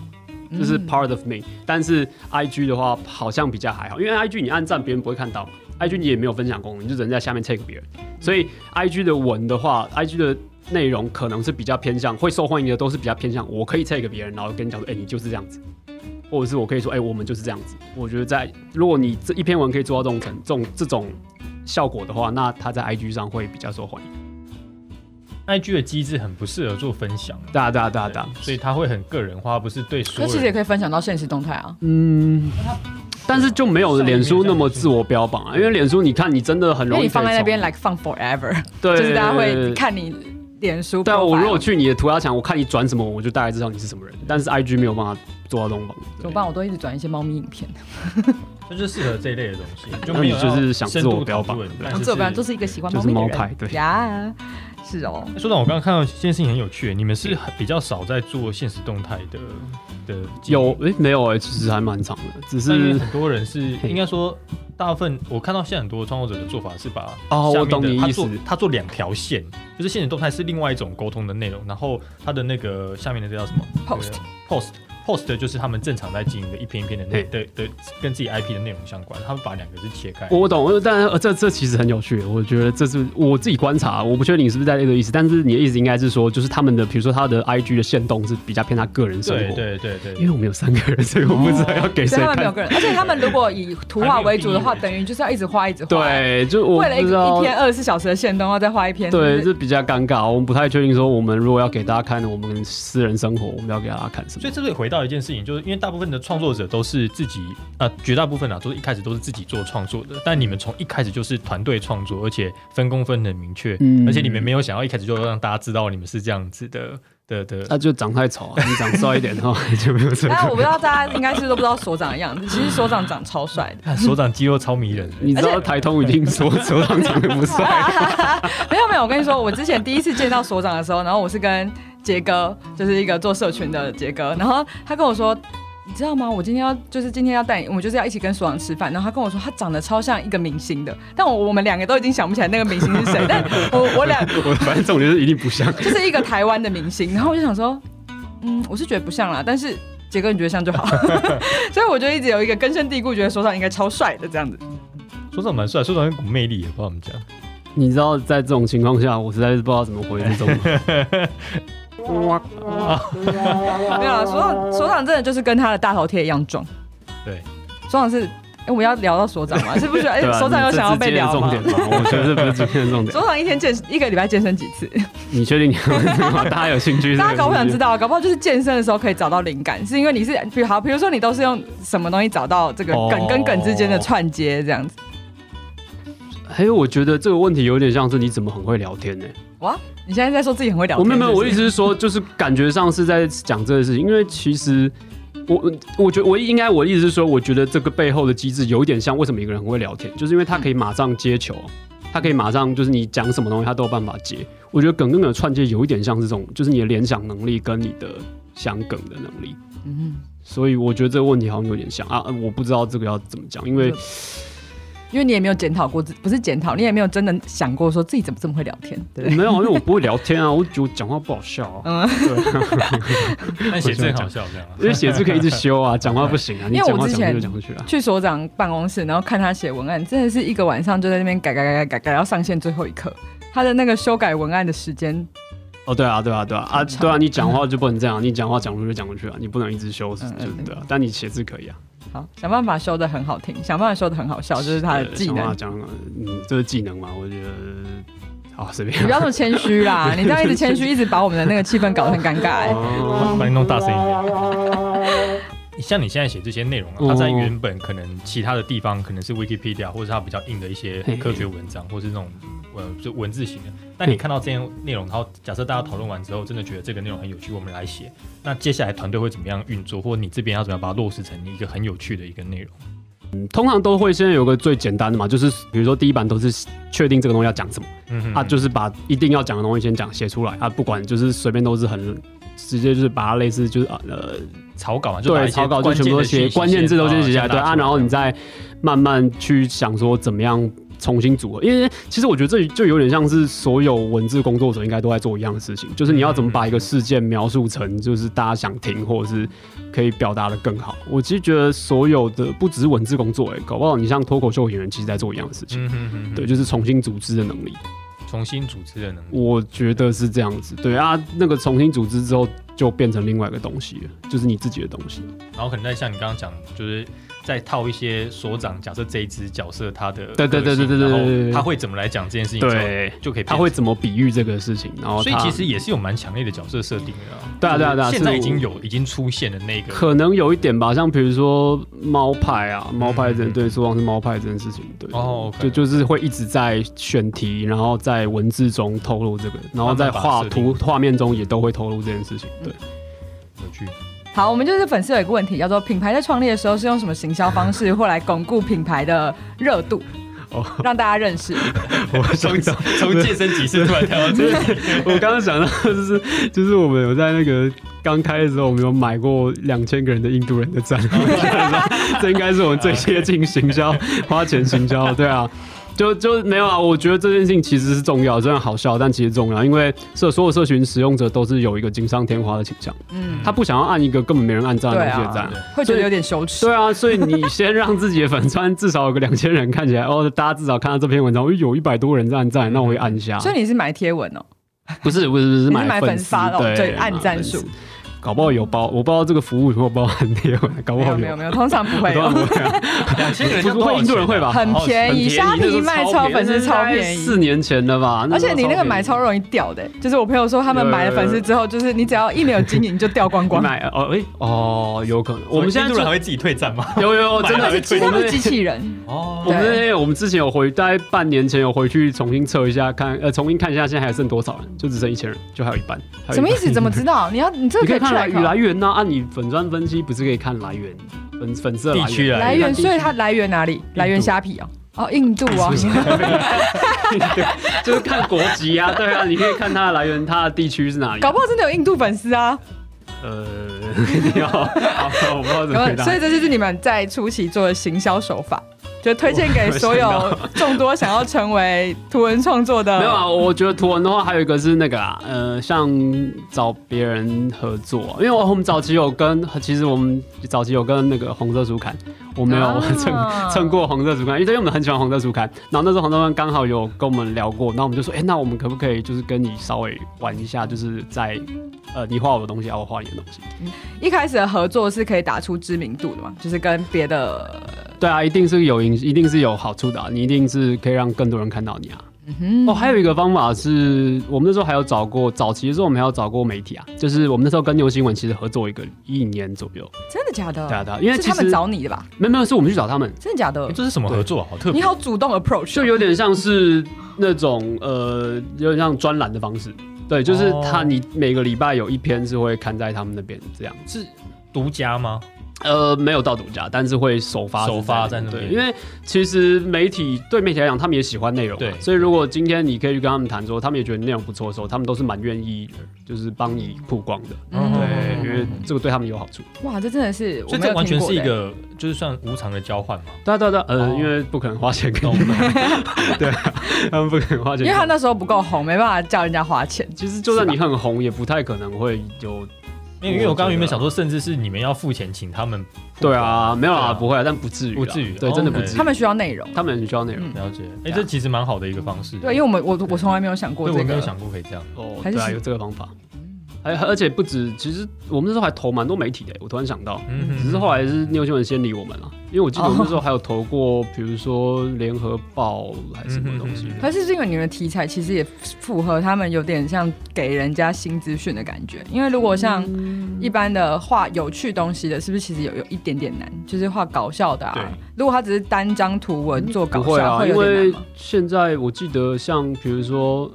嗯这是 part of me、但是 IG 的话好像比较还好，因为 IG 你按赞别人不会看到嘛，IG 你也没有分享功能，你就只能在下面 take 别人，所以 IG 的文的话，IG 的。内容可能是比较偏向会受欢迎的，都是比较偏向我可以 take 别人，然后跟你讲说，哎、你就是这样子，或者是我可以说，哎、我们就是这样子。我觉得在如果你这一篇文可以做到这种程这种这种效果的话，那它在 IG 上会比较受欢迎。 IG 的机制很不适合做分享，对啊，对啊，对啊，对啊。所以它会很个人化，不是对所可有其实也人。可以分享到现实动态啊。嗯，但是就没有脸书那么自我标榜啊，因为脸书你看你真的很因容为易你放在那边被 like 放 forever，冲 就对，是大家会。看你脸书 profile。但我如果去你的涂鸦墙，我看你转什么，我就大概知道你是什么人。但嗯是 IG 没有办法做到这种榜，怎么办？我都一直转一些猫咪影片，它就适合这一类的东西，就没有那你就是要想深度自我标榜讨论对但然后哦这不然就是一个喜欢哎就猫是咪猫的人派。对，呀，是哦，哎说到我刚刚看到一件事情很有趣，你们是很比较少在做现实动态的的记录有诶、没有诶、其实还蛮长的，只但因为是很多人是嘿应该说，大部分我看到现在很多创作者的做法是把下哦面的我懂你意思他做他做两条线，就是现实动态是另外一种沟通的内容，然后他的那个下面的这叫什么 Post post post 就是他们正常在经营的一篇一篇的内的的跟自己 IP 的内容相关，他们把两个是切开。我懂，我但呃这这其实很有趣，我觉得这是我自己观察，我不确定你是不是在这个意思，但是你的意思应该是说，就是他们的，比如说他的 IG 的线动是比较偏他个嗯人生对活，对对对因为我们有三个人，所以我不知道要给所谁以他们没有看。个人，而且他们如果以图画为主的话，还没等于就是要一直画一直画。，对，就我为了一不个知一道。天二十四小时的线动，要再画一篇。对，就是这比较尴尬，我们不太确定说我们如果要给大家看我们私人生活，我们要给大家看什所么以。这里回到一件事情，就是因为大部分的创作者都是自己，呃，绝大部分啊，都是一开始都是自己做创作的。但你们从一开始就是团队创作，而且分工分得很明确，嗯而且你们没有想要一开始就让大家知道你们是这样子的的的。那就 长太丑啊，你长帅一点的 话就没有这但我个。不知道大家应该是都不知道所长的样子，其实所长长超帅的。看所长肌肉超迷人的， 你知道台通已经说手长长得不帅，没有没有，我跟你说，我之前第一次见到所长的时候，然后我是跟杰哥，就是一个做社群的杰哥，然后他跟我说。你知道吗？我今天要就是今天要带你，我们就是要一起跟所长吃饭。然后他跟我说，他长得超像一个明星的，但我我们两个都已经想不起来那个明星是谁。但我我俩我反正重点是一定不像。就是一个台湾的明 星。然后我就想说，嗯，我是觉得不像啦，但是杰哥你觉得像就好。 所以我就一直有一个根深蒂固，觉得所长应该超帅的这样子。所长蛮帅，所长有股魅力，也不知道怎么讲。你知道，在这种情况下，我实在是不知道怎么回这种。啊没有啦，所长所长真的就是跟他的大头贴一样壮。对，所长是，哎、我们要聊到所长 嘛？是不是？哎、对吧啊所长有想要被聊这吗是？今天的重点吗？我觉得这不是今天的重点。 所长一天健一个礼拜健身几次？你确定你要问这个吗？大家有兴趣？大家搞不想知。道，搞不好就是健身的时候可以找到灵感，是因为你是，比如好，比如说你都是用什么东西找到这个哦梗跟梗之间的串接这样子？还有，哎我觉得这个问题有点像是你怎么很会聊天呢、哇，你现在在说自己很会聊我天？没有没有，是不我是意思是说，就是感觉上是在讲这个事情，因为其实我我觉得我应该我的意思是说，我觉得这个背后的机制有点像为什么一个人很会聊天，就是因为他可以马上接球，嗯他可以马上就是你讲什么东西他都有办法接。我觉得梗跟梗的串接有一点像是这种，就是你的联想能力跟你的想梗的能力。嗯，所以我觉得这个问题好像有点像啊，呃我不知道这个要怎么讲，因为就因为你也没有检讨过自，不是检讨，你也没有真的想过说自己怎么这么会聊天，对不对？没有，因为我不会聊天啊，我觉得我讲话不好笑 啊，嗯， 但写真 好笑这样啊。因为写字可以一直修啊，讲话不行啊，你因为我讲话之讲不前就讲不去啊。去所长办公室，然后看他写文案，真的是一个晚上就在那边改改改改改改到上线最后一刻。他的那个修改文案的时间，哦，对啊，对啊，对啊，啊，长对啊，你讲话就不能这样，你讲话讲出去就讲出去啊，你不能一直修，就嗯嗯是对啊。但你写字可以啊，好想办法修的很好听，想办法修的很好笑，就是他的 对技讲话能。讲，嗯，这是技能嘛，我觉得啊，随便你不要那么谦虚啦，你这样一直谦虚，一直把我们的那个气氛搞得很尴尬、欸。 哦帮你弄大声一点。像你现在写这些内容啊，嗯它在原本可能其他的地方可能是 Wikipedia 或者它比较硬的一些科学文章，或是那种呃就文字型的。但你看到这些内容，然后假设大家讨论完之后，真的觉得这个内容很有趣，我们来写。那接下来团队会怎么样运作，或你这边要怎么样把它落实成一个很有趣的一个内容？嗯通常都会现在有个最简单的嘛，就是比如说第一版都是确定这个东西要讲什么。嗯哼啊，就是把一定要讲的东西先讲写出来啊，不管就是随便都是很直接就是把它类似就是呃草稿嘛，啊就把一对些草稿就关全键部都的写信息关键字都先写下来，啊对啊，然后你再慢慢去想说怎么样。重新组合，因为其实我觉得这就有点像是所有文字工作者应该都在做一样的事情，就是你要嗯怎么把一个事件描述成就是大家想听或者是可以表达的更好。我其实觉得所有的不只是文字工作、欸，搞不好你像脱口秀演员其实在做一样的事情，嗯哼哼，对，对，就是重新组织的能力。重新组织的能力。我觉得是这样子，对啊，那个重新组织之后就变成另外一个东西了，就是你自己的东西。然后可能再像你刚刚讲，就是再套一些所长，假设这一只角色他的对对对对个性对对对对对然后对他会怎么来讲这件事情，，对，就可以变他会。怎么比喻这个事情？然后所以他其实也是有蛮强烈的角色设定的啊。对啊对啊对啊就是现在是已经有已经出现的那个，可能有一点吧，像比如说猫派啊，猫派这嗯嗯嗯对说往是猫派这件事情，对哦，OK 就就是会一直在选题，然后在文字中透露这个，然后在慢慢把画设定图画面中也都会透露这件事情，对。有趣。好，我们就是粉丝有一个问题，叫做品牌在创立的时候是用什么行销方式或来巩固品牌的热度，哦让大家认识。 我从从健身几次突然跳到 这 里，我刚刚想到的就是，就是我们有在那个刚开的时候，我们有买过两千个人的印度人的赞， 这应该是我们最接近行销、花钱行销，对啊。就就没有啊，我觉得这件事情其实是重要，虽然好笑，但其实重要，因为社所有社群使用者都是有一个锦上添花的倾向，嗯，他不想要按一个根本没人按赞的东西的对赞啊，会觉得有点羞耻对。啊，所以你先让自己的粉砖至少有个两千人看起来，哦，大家至少看到这篇文章，哦有一百多人在按赞，那我会按一下。所以你是买贴文哦， 不是不是不是你买买粉粉丝发哦，对，对，买按赞粉丝数。搞不好有包，我不知道这个服务有没有包含贴文，搞不没好有没有没有，通常不会哦我有当 然。不会啊，两千个人不这样是多少钱会啊印度人会吧很便宜，虾皮卖超粉丝超便宜四。年前的吧。而且你那个买超肉容易掉的、就是我朋友说他们买了粉丝之后，就是你只要一没有经营就掉光光。买哦哎哦，有可能。我们现在印度就人还会自己退站吗？有有有买真了的会其退实他站们是机器人，我哦，们对那天我们之前有回，大概半年前有回去重新测一下，看呃重新看一下现在还剩多少人，就只剩一千人，就还有一半。还有一半什么意思？怎么知道？你要你这你个可以以看来 track 与来哦源呐，按你粉砖分析不是可以看来源粉粉色来地区来来源，看地所以区它来源哪里？来源虾皮哦，哦，印度 哦，就是看国籍啊，对啊，你可以看它的来源，它的地区是哪里。搞不好真的有印度粉丝啊。呃， 要，好我不知道怎么回答。所以这就是你们在初期做的行销手法，就推荐给所有众多想要成为图文创作的。没有啊，我觉得图文的话，还有一个是那个啊，呃，像找别人合作，因为我们早期有跟，其实我们早期有跟那个红色书刊，我没有啊蹭、蹭过红色书刊，因为因为我们很喜欢红色书刊，然后那时候红色书刊刚好有跟我们聊过，然后我们就说，哎、那我们可不可以就是跟你稍微玩一下，就是在呃，你画我的东西，啊，我画你的东西。一开始的合作是可以打出知名度的嘛，就是跟别的。对啊，一定是有影，一定是有好处的啊、你一定是可以让更多人看到你啊。嗯哦，还有一个方法是我们那时候还有找过，早期的时候我们还有找过媒体啊，就是我们那时候跟牛新闻其实合作一个一年左右，真的假的？对啊对啊，因为哦是其他实们找你的吧？没有没有是我们去找他们，真的假的？这是什么合作啊？好特你别。好主动 approach，啊就有点像是那种呃，有点像专栏的方式，对，就是他哦你每个礼拜有一篇是会刊在他们那边这样。是独家吗？呃，没有到独家，但是会首发首发在那对，边因为其实媒体对媒体来讲，他们也喜欢内容嘛，对所以如果今天你可以去跟他们谈说，他们也觉得内容不错的时候，他们都是蛮愿意就是帮你曝光的，嗯对，因为这个对他们有好处。哇，这真的是我所以没有这完全听过是的一个就是算无偿的交换 嘛。对啊对啊对啊，呃，哦因为不可能花钱给懂你，他们不可能花欸，因为钱给你他。那时候不够红，没办法叫人家花钱。其实就算你很红，也不太可能会有。因为因为我刚刚原本想说，甚至是你们要付钱请他们。对，啊，没有啊，对啊不会啊，但不至于啦，不至于对，真的不 OK 至于他。们需要内容，他们很需要内容嗯了解。哎，对啊这其实蛮好的一个方式。对，因为我们我我从来没有想过对这我没有个。想过可以这样。哦，还是对啊，是有这个方法。还而且不止，其实我们那时候还投蛮多媒体的，我突然想到，嗯哼只是后来是六新闻先理我们了，因为我记得我们那时哦候还有投过，比如说联合报还是什么东西嗯哼嗯可是是因为你们的题材其实也符合他们有点像给人家新资讯的感觉，因为如果像嗯一般的画有趣东西的，是不是其实有有一点点难？就是画搞笑的啊对，如果他只是单张图文做搞不会笑，啊，会因有点为难吗？现在我记得像比如说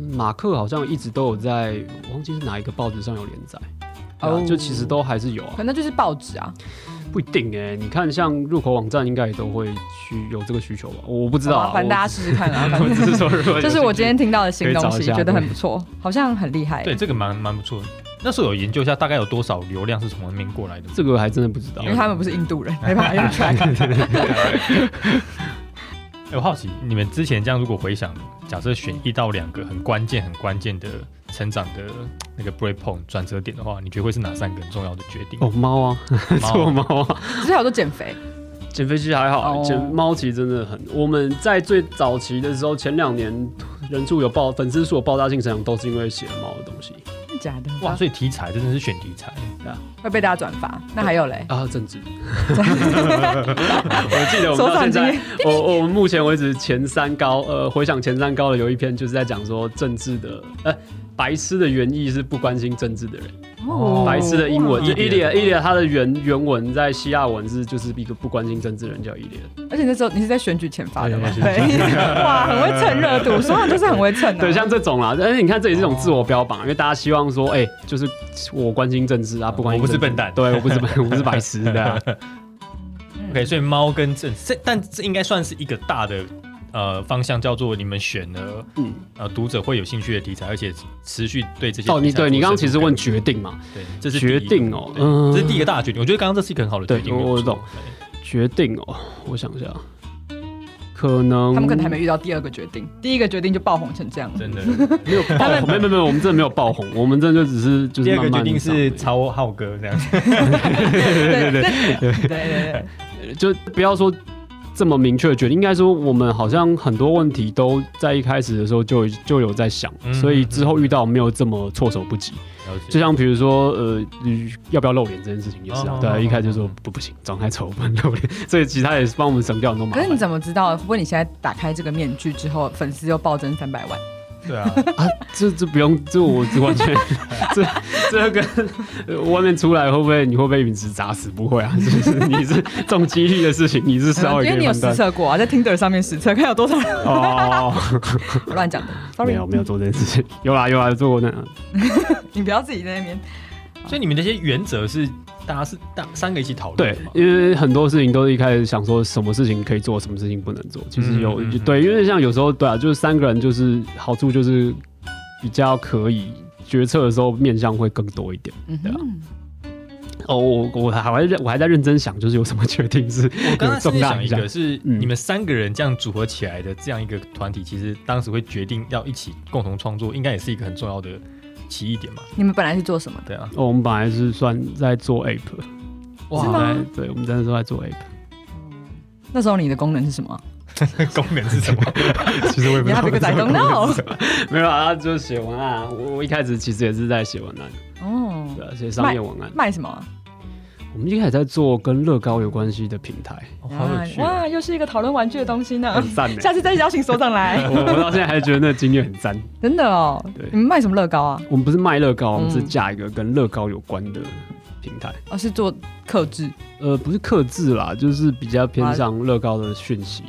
嗯马克好像一直都有在，我忘记是哪一个报纸上有连载，对啊哦就其实都还是有啊可，能就是报纸啊，不一定哎、你看像入口网站应该也都会需有这个需求吧，我不知道好啊吧，反正大家我试试看啊，反我正 只是说如果有这是我兴趣今天听到的新东可以西，找一下觉得很不错，好像很厉害。对，这个蛮蛮不错的。那时候有研究一下，大概有多少流量是从那边过来的吗？这个还真的不知道因。为他们不是印度人，没办法用 track。哎我好奇，你们之前这样如果回想，假设选一到两个很关键、很关键的成长的那个 break point 转折点的话，你觉得会是哪三个很重要的决定？哦，猫啊，猫 做猫啊，至少都减肥，减肥其实还好，哦减、猫其实真的很。我们在最早期的时候，前两年人数有爆，粉丝数有爆炸性成长，都是因为写猫的东西真的假的？哇，所以题材真的是选题材，嗯会被大家转发。那还有嘞，啊，政治。我记得我们手到掌现今在天，我我我们目前为止前三高，呃，回想前三高的有一篇就是在讲说政治的，呃。白痴的原意是不关心政治的人，哦白痴的英文就哇 idiot idiot，它的原原文在希腊文是就是一个不关心政治的人叫 idiot。而且那时候你是在选举前发的吗？对对，哇，很会蹭热度，所有人都是很会蹭的。对，像这种哦啦，但是你看这也是一种自我标榜，因为大家希望说，哎、就是我关心政治啊，不关心哦我不是政治笨蛋嗯对，我不是笨， 我不是白痴的、啊， OK，所以猫跟正这，但这应该算是一个大的呃方向，叫做你们选了嗯，呃读者会有兴趣的题材，而且持续对这些题材哦，你对你刚刚其实问做决定嘛，深入对，这是决第一个定哦对嗯这是第一个大的决定。我觉得刚刚这是一个很好的决定，对我我懂决定哦，我想一下，可能他们可能还没遇到第二个决定，第一个决定就爆红成这样对，真的。 没有爆红，没有没有没有，我们真的没有爆 红，我们真的就只是就是 第二个慢慢决定是长超浩哥这样，对对对对对，大就不要说。这么明确的决定，应该说我们好像很多问题都在一开始的时候就就有在想，嗯所以之后遇到没有这么措手不及。了解就像比如说，呃，你要不要露脸这件事情也是啊哦，对哦啊，一开始就说哦不不行，长太丑，不能露脸，所以其他也是帮我们省掉很多麻可是你烦。怎么知道？问你现在打开这个面具之后，粉丝又暴增三百万？对啊，这这不用，这我完全，这这跟呃外面出来会不会你会被陨石砸死？不会啊，就是你是重几率的事情，你 是稍呃微因可为你以有判实断。测过啊，在 Tinder 上面实测，看有多少人 啊哦，我乱讲的。没 Sorry，哦有没有做这件事情，有啦有啦，做过那你不要自己在那边。所以你们这些原则是大家是大三个一起讨论对的嘛，因为很多事情都是一开始想说什么事情可以做，什么事情不能做。其实有、嗯嗯嗯对，因为像有时候对啊，就是三个人就是好处就是比较可以决策的时候面向会更多一点。嗯对啊哼，哦，我我还我还我还在认真想，就是有什么决定是我刚有刚是重大想影一响个。是嗯你们三个人这样组合起来的这样一个团体，其实当时会决定要一起共同创作，应该也是一个很重要的奇异点嘛。你们本来是做什么的？对啊，哦，我们本来是算在做 app，是我吗们在对，我们真的是在做 app。那时候你的功能是什么？功能是什么？ 其实我也你 have 这 because 个 I don't know。 没有啊，就是写文案啊。我我一开始其实也是在写文案，哦，对啊，写商业文案。卖什么啊？我们一开始在做跟乐高有关系的平台，哦好有趣哦。哇，又是一个讨论玩具的东西呢啊很。赞 欸的。下次再邀请所长来， 我我到现在还觉得那个经验很赞。真的哦对。你们卖什么乐高啊？我们不是卖乐高，我们是嗯架一个跟乐高有关的平台。哦，是做克制。呃，不是克制啦，就是比较偏向乐高的讯息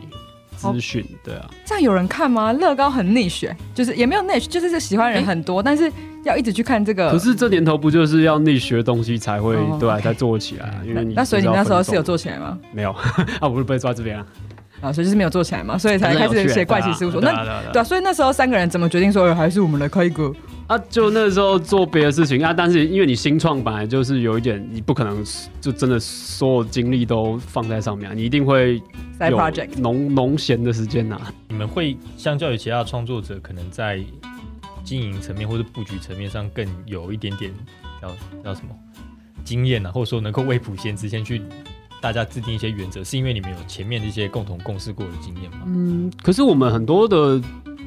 好资讯。对啊，这样有人看吗？乐高很 niche，欸就是也没有 niche，就是喜欢人很多，但是要一直去看这个。可是这年头不就是要内学东西才会哦对啊， OK 才做起来啊？因那为你那所以你不知那道时候是有分做起来吗？众没有 啊？我是被抓这边啊，啊，所以就是没有做起来嘛，所以 才开始写怪奇事务所。那那对啊，所以那时候三个人怎么决定说，呃还是我们来开一个？啊，就那时候做别的事情啊，但是因为你新创本来就是有一点，你不可能就真的所有精力都放在上面、啊，你一定会 side 有 project 农农闲的时间呐、啊。你们会相较于其他的创作者，可能在经营层面或者布局层面上更有一点点叫叫什么经验啊，或者说能够未卜先知，先去大家制定一些原则，是因为你们有前面这些共同共事过的经验吗？嗯，可是我们很多的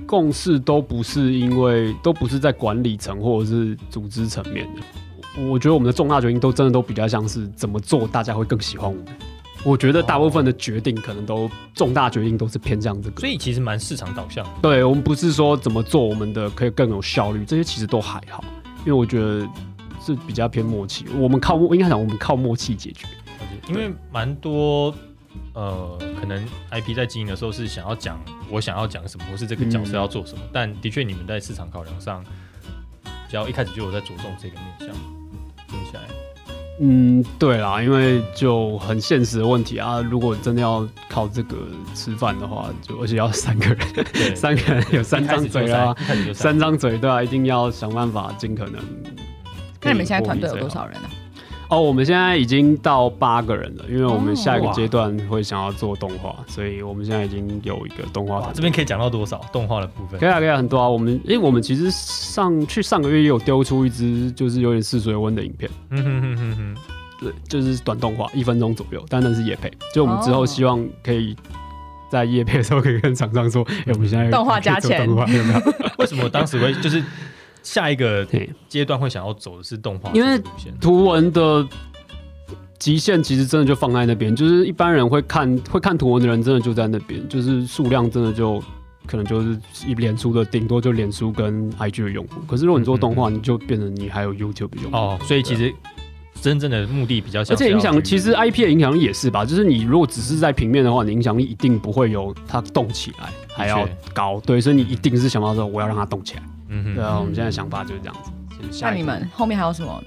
共识都不是因为都不是在管理层或者是组织层面的。我我觉得我们的重大决定都真的都比较像是怎么做大家会更喜欢我们。我觉得大部分的决定可能都重大决定都是偏向这个，所以其实蛮市场导向的。对我们不是说怎么做我们的可以更有效率，这些其实都还好，因为我觉得是比较偏默契。我们靠默应该讲我们靠默契解决。了解因为蛮多呃，可能 IP 在经营的时候是想要讲我想要讲什么，或是这个角色要做什么，但的确你们在市场考量上，只要一开始就有在着重这个面向，听起来嗯，对啦，因为就很现实的问题啊，如果真的要靠这个吃饭的话，就而且要三个人，对三个人有一三开张始就嘴啊，三一开始就三三张嘴对啊，一定要想办法尽可能可那以你们现在获团利队有最多好少人啊？哦，我们现在已经到八个人了，因为我们哦下一个阶段会想要做动画，所以我们现在已经有一个动画哇，团这队。边可以讲到多少动画的部分 可？以啊，可以啊，很多啊。我们因为我们其实上去上个月也有丢出一支就是有点试水温的影片，嗯哼哼哼哼，对，就是短动画，一分钟左右，但那是夜配。就我们之后哦希望可以在夜配的时候可以跟厂商说， 哎、我们现在动画加钱可以做动画 有没有？为什么当时会就是下一个对，阶段会想要走的是动画这因为个路线？图文的极限其实真的就放在那边，就是一般人会看会看图文的人真的就在那边，就是数量真的就可能就是一脸书的顶多就脸书跟 IG 的用户。可是如果你做动画，你就变成你还有 YouTube 的用户。哦，所以其实真正的目的比较像啊而是且要去，影响，其实 IP 的影响力也是吧，就是你如果只是在平面的话，你影响力一定不会有它动起来还要高，对，所以你一定是想到说我要让它动起来，嗯对哼，啊，我们现在想法就是这样子。就是下那一你个们后面还有什么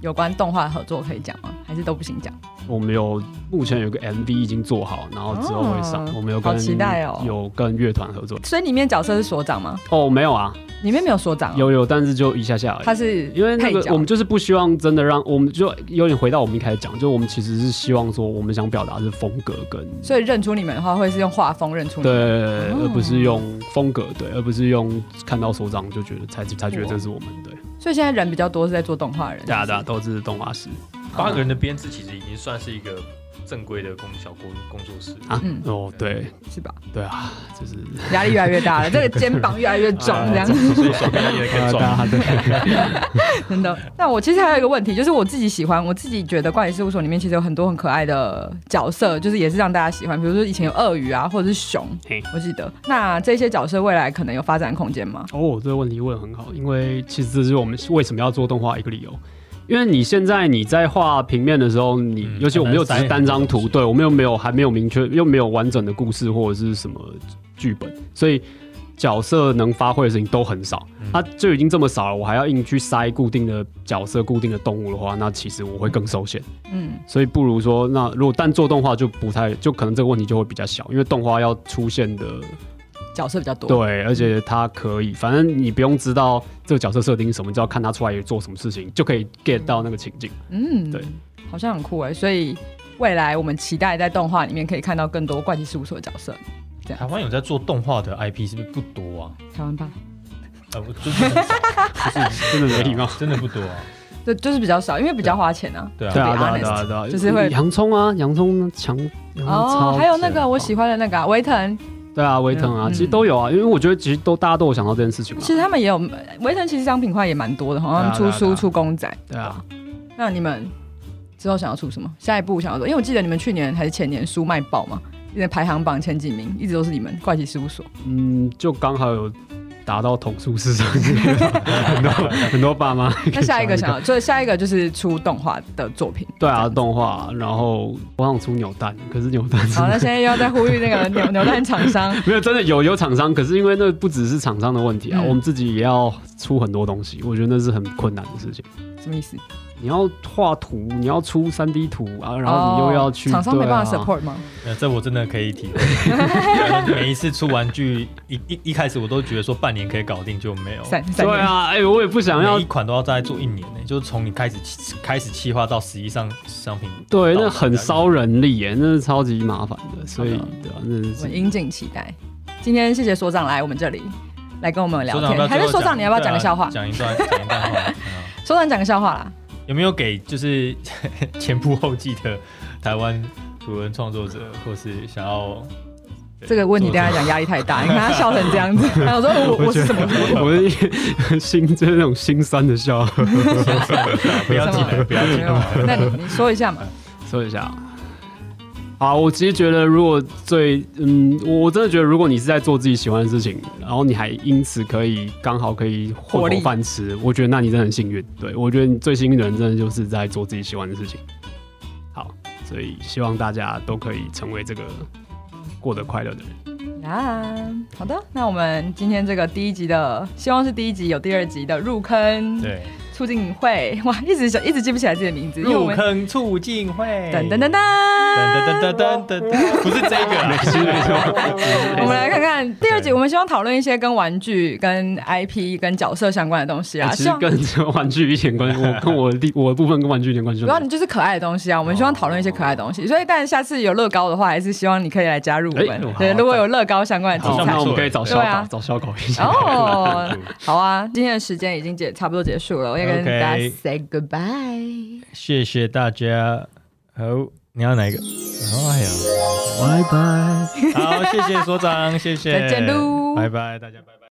有关动画的合作可以讲吗？还是都不行讲？我们有目前有个 MV 已经做好，然后之后会上。哦我们有跟好期待哦有跟乐团合作。所以里面角色是所长吗？哦，没有啊，里面没有所长、哦，有有，但是就一下下而已。他是因为那配个角我们就是不希望真的让我们就有点回到我们一开始讲，就我们其实是希望说我们想表达的是风格跟所以认出你们的话会是用画风认出你对，们。而不哦是用风格对，而不是用看到手掌就觉得才才觉得这是我们对。所以现在人比较多是在做动画人。对啊是对不啊，是都是动画师八个人的编制其实已经算是一个正规的工小工工作室。啊嗯，哦对是吧？对啊，就是压力越来越大了，这个肩膀越来越 重，这样呃所以手边有一个啊重大，家 对。真 的。那我其实还有一个问题，就是我自己喜欢，我自己觉得怪奇事务所里面其实有很多很可爱的角色，就是也是让大家喜欢，比如说以前有鳄鱼啊，或者是熊嘿，我记得。那这些角色未来可能有发展空间吗？哦，这个问题问得很好，因为其实这是我们为什么要做动画一个理由。因为你现在你在画平面的时候，你、嗯尤其我们又只是单张很难塞很多东图，西对我们又没有还没有明确，又没有完整的故事或者是什么剧本，所以角色能发挥的事情都很少。嗯它、就已经这么少了，我还要硬去塞固定的角色、固定的动物的话，那其实我会更受限。嗯，所以不如说，那如果单做动画就不太，就可能这个问题就会比较小，因为动画要出现的角色比较多。嗯对，而且他可以，反正你不用知道这个角色设定是什么，你只要看他出来做什么事情，就可以 get 到那个情境。嗯，对，好像很酷哎、所以未来我们期待在动画里面可以看到更多怪奇事务所的角色。啊台湾有在做动画的 IP 是不是不多啊？台湾吧，呃，我就是 很少真的没 礼貌。真的不多啊。对，就是比较少，因为比较花钱啊。对对啊，啊， be 对啊， honest，对啊，对啊，就是会洋葱啊，洋葱强，洋葱嗯超哦，还有那个强我喜欢的那个啊维、腾，对啊，威腾啊，嗯其实都有啊，因为我觉得其实都大家都有想到这件事情嘛其。实他们也有维腾，其实商品化也蛮多的，好像出对啊对啊对书、啊出公仔。对啊，那你们之后想要出什么？下一步想要做？因为我记得你们去年还是前年书卖爆嘛，因为排行榜前几名一直都是你们怪奇事务所。嗯，就刚好有达到统数市场，很多很多爸妈。那下一个想要，所以下一个 就是出动画的作品。对啊，这样子动画，然后我想出扭蛋，可是扭蛋是好，那现在又要再呼吁那个牛牛蛋厂商，没有，真的有有厂商，可是因为那不只是厂商的问题啊，嗯我们自己也要出很多东西，我觉得那是很困难的事情。什么意思？你要画图，你要出三 D 图啊，然后你又要去哦厂商没办法对啊 support 吗？呃，这我真的可以体会。 每一次出玩具，一一一开始我都觉得说半年可以搞定，就没有。三三对年，啊，哎、我也不想要每一。款都要再做一年呢、就是从你开始起开始企划到实际上商品，对，那很烧人力耶，那是超级麻烦的，所以好哦的对啊，那我们是引颈期待。今天谢谢所长来我们这里。来跟我们聊所长要不要天，还最是后所长你要不要讲个笑话对啊？讲一段，讲一段话。嗯所长讲个笑话啦。有没有给就是 前仆后继的台湾图文创作者，或是想要对这个问题对他来讲压力太大，你看他笑成这样子，然后我说哦我我是什么？ 我的心就是那种心酸的笑。不要进来，不要进没有 来。，那你你说一下嘛。说一下。好，我其实觉得，如果最嗯，我我真的觉得，如果你是在做自己喜欢的事情，然后你还因此可以刚好可以获混利口饭吃，我觉得那你真的很幸运。对我觉得你最幸运的人，真的就是在做自己喜欢的事情。好，所以希望大家都可以成为这个过得快乐的人。呀， 好的，那我们今天这个第一集的，希望是第一集有第二集的入坑，对，促进会，哇，一直想一直记不起来自己的名字，因为我入们坑促进会，噔噔噔噔噔噔噔噔噔， 不是这个啊，没事没错，我们来看看第二集，我们希望讨论一些跟玩具、跟 IP、跟角色相关的东西啊，哎其希实望跟这个玩具一点关系，我跟我的地我的部分跟玩具一点关系都主没要有。你就是可爱的东西啊，我们希望讨论一些可爱的东西，所以但下次有乐高的话，还是希望你可以来加入我哎们。好对，如果有乐高相关的好，题材那我不错们可以找小对啊狗，找小狗一起。哦，好啊，今天的时间已经结差不多结束了，我也跟 OK 大家 say goodbye。谢谢大家。好，你要哪一个？哦哎呀，拜拜。好，谢谢所长，谢谢，再见喽拜拜，大家拜拜。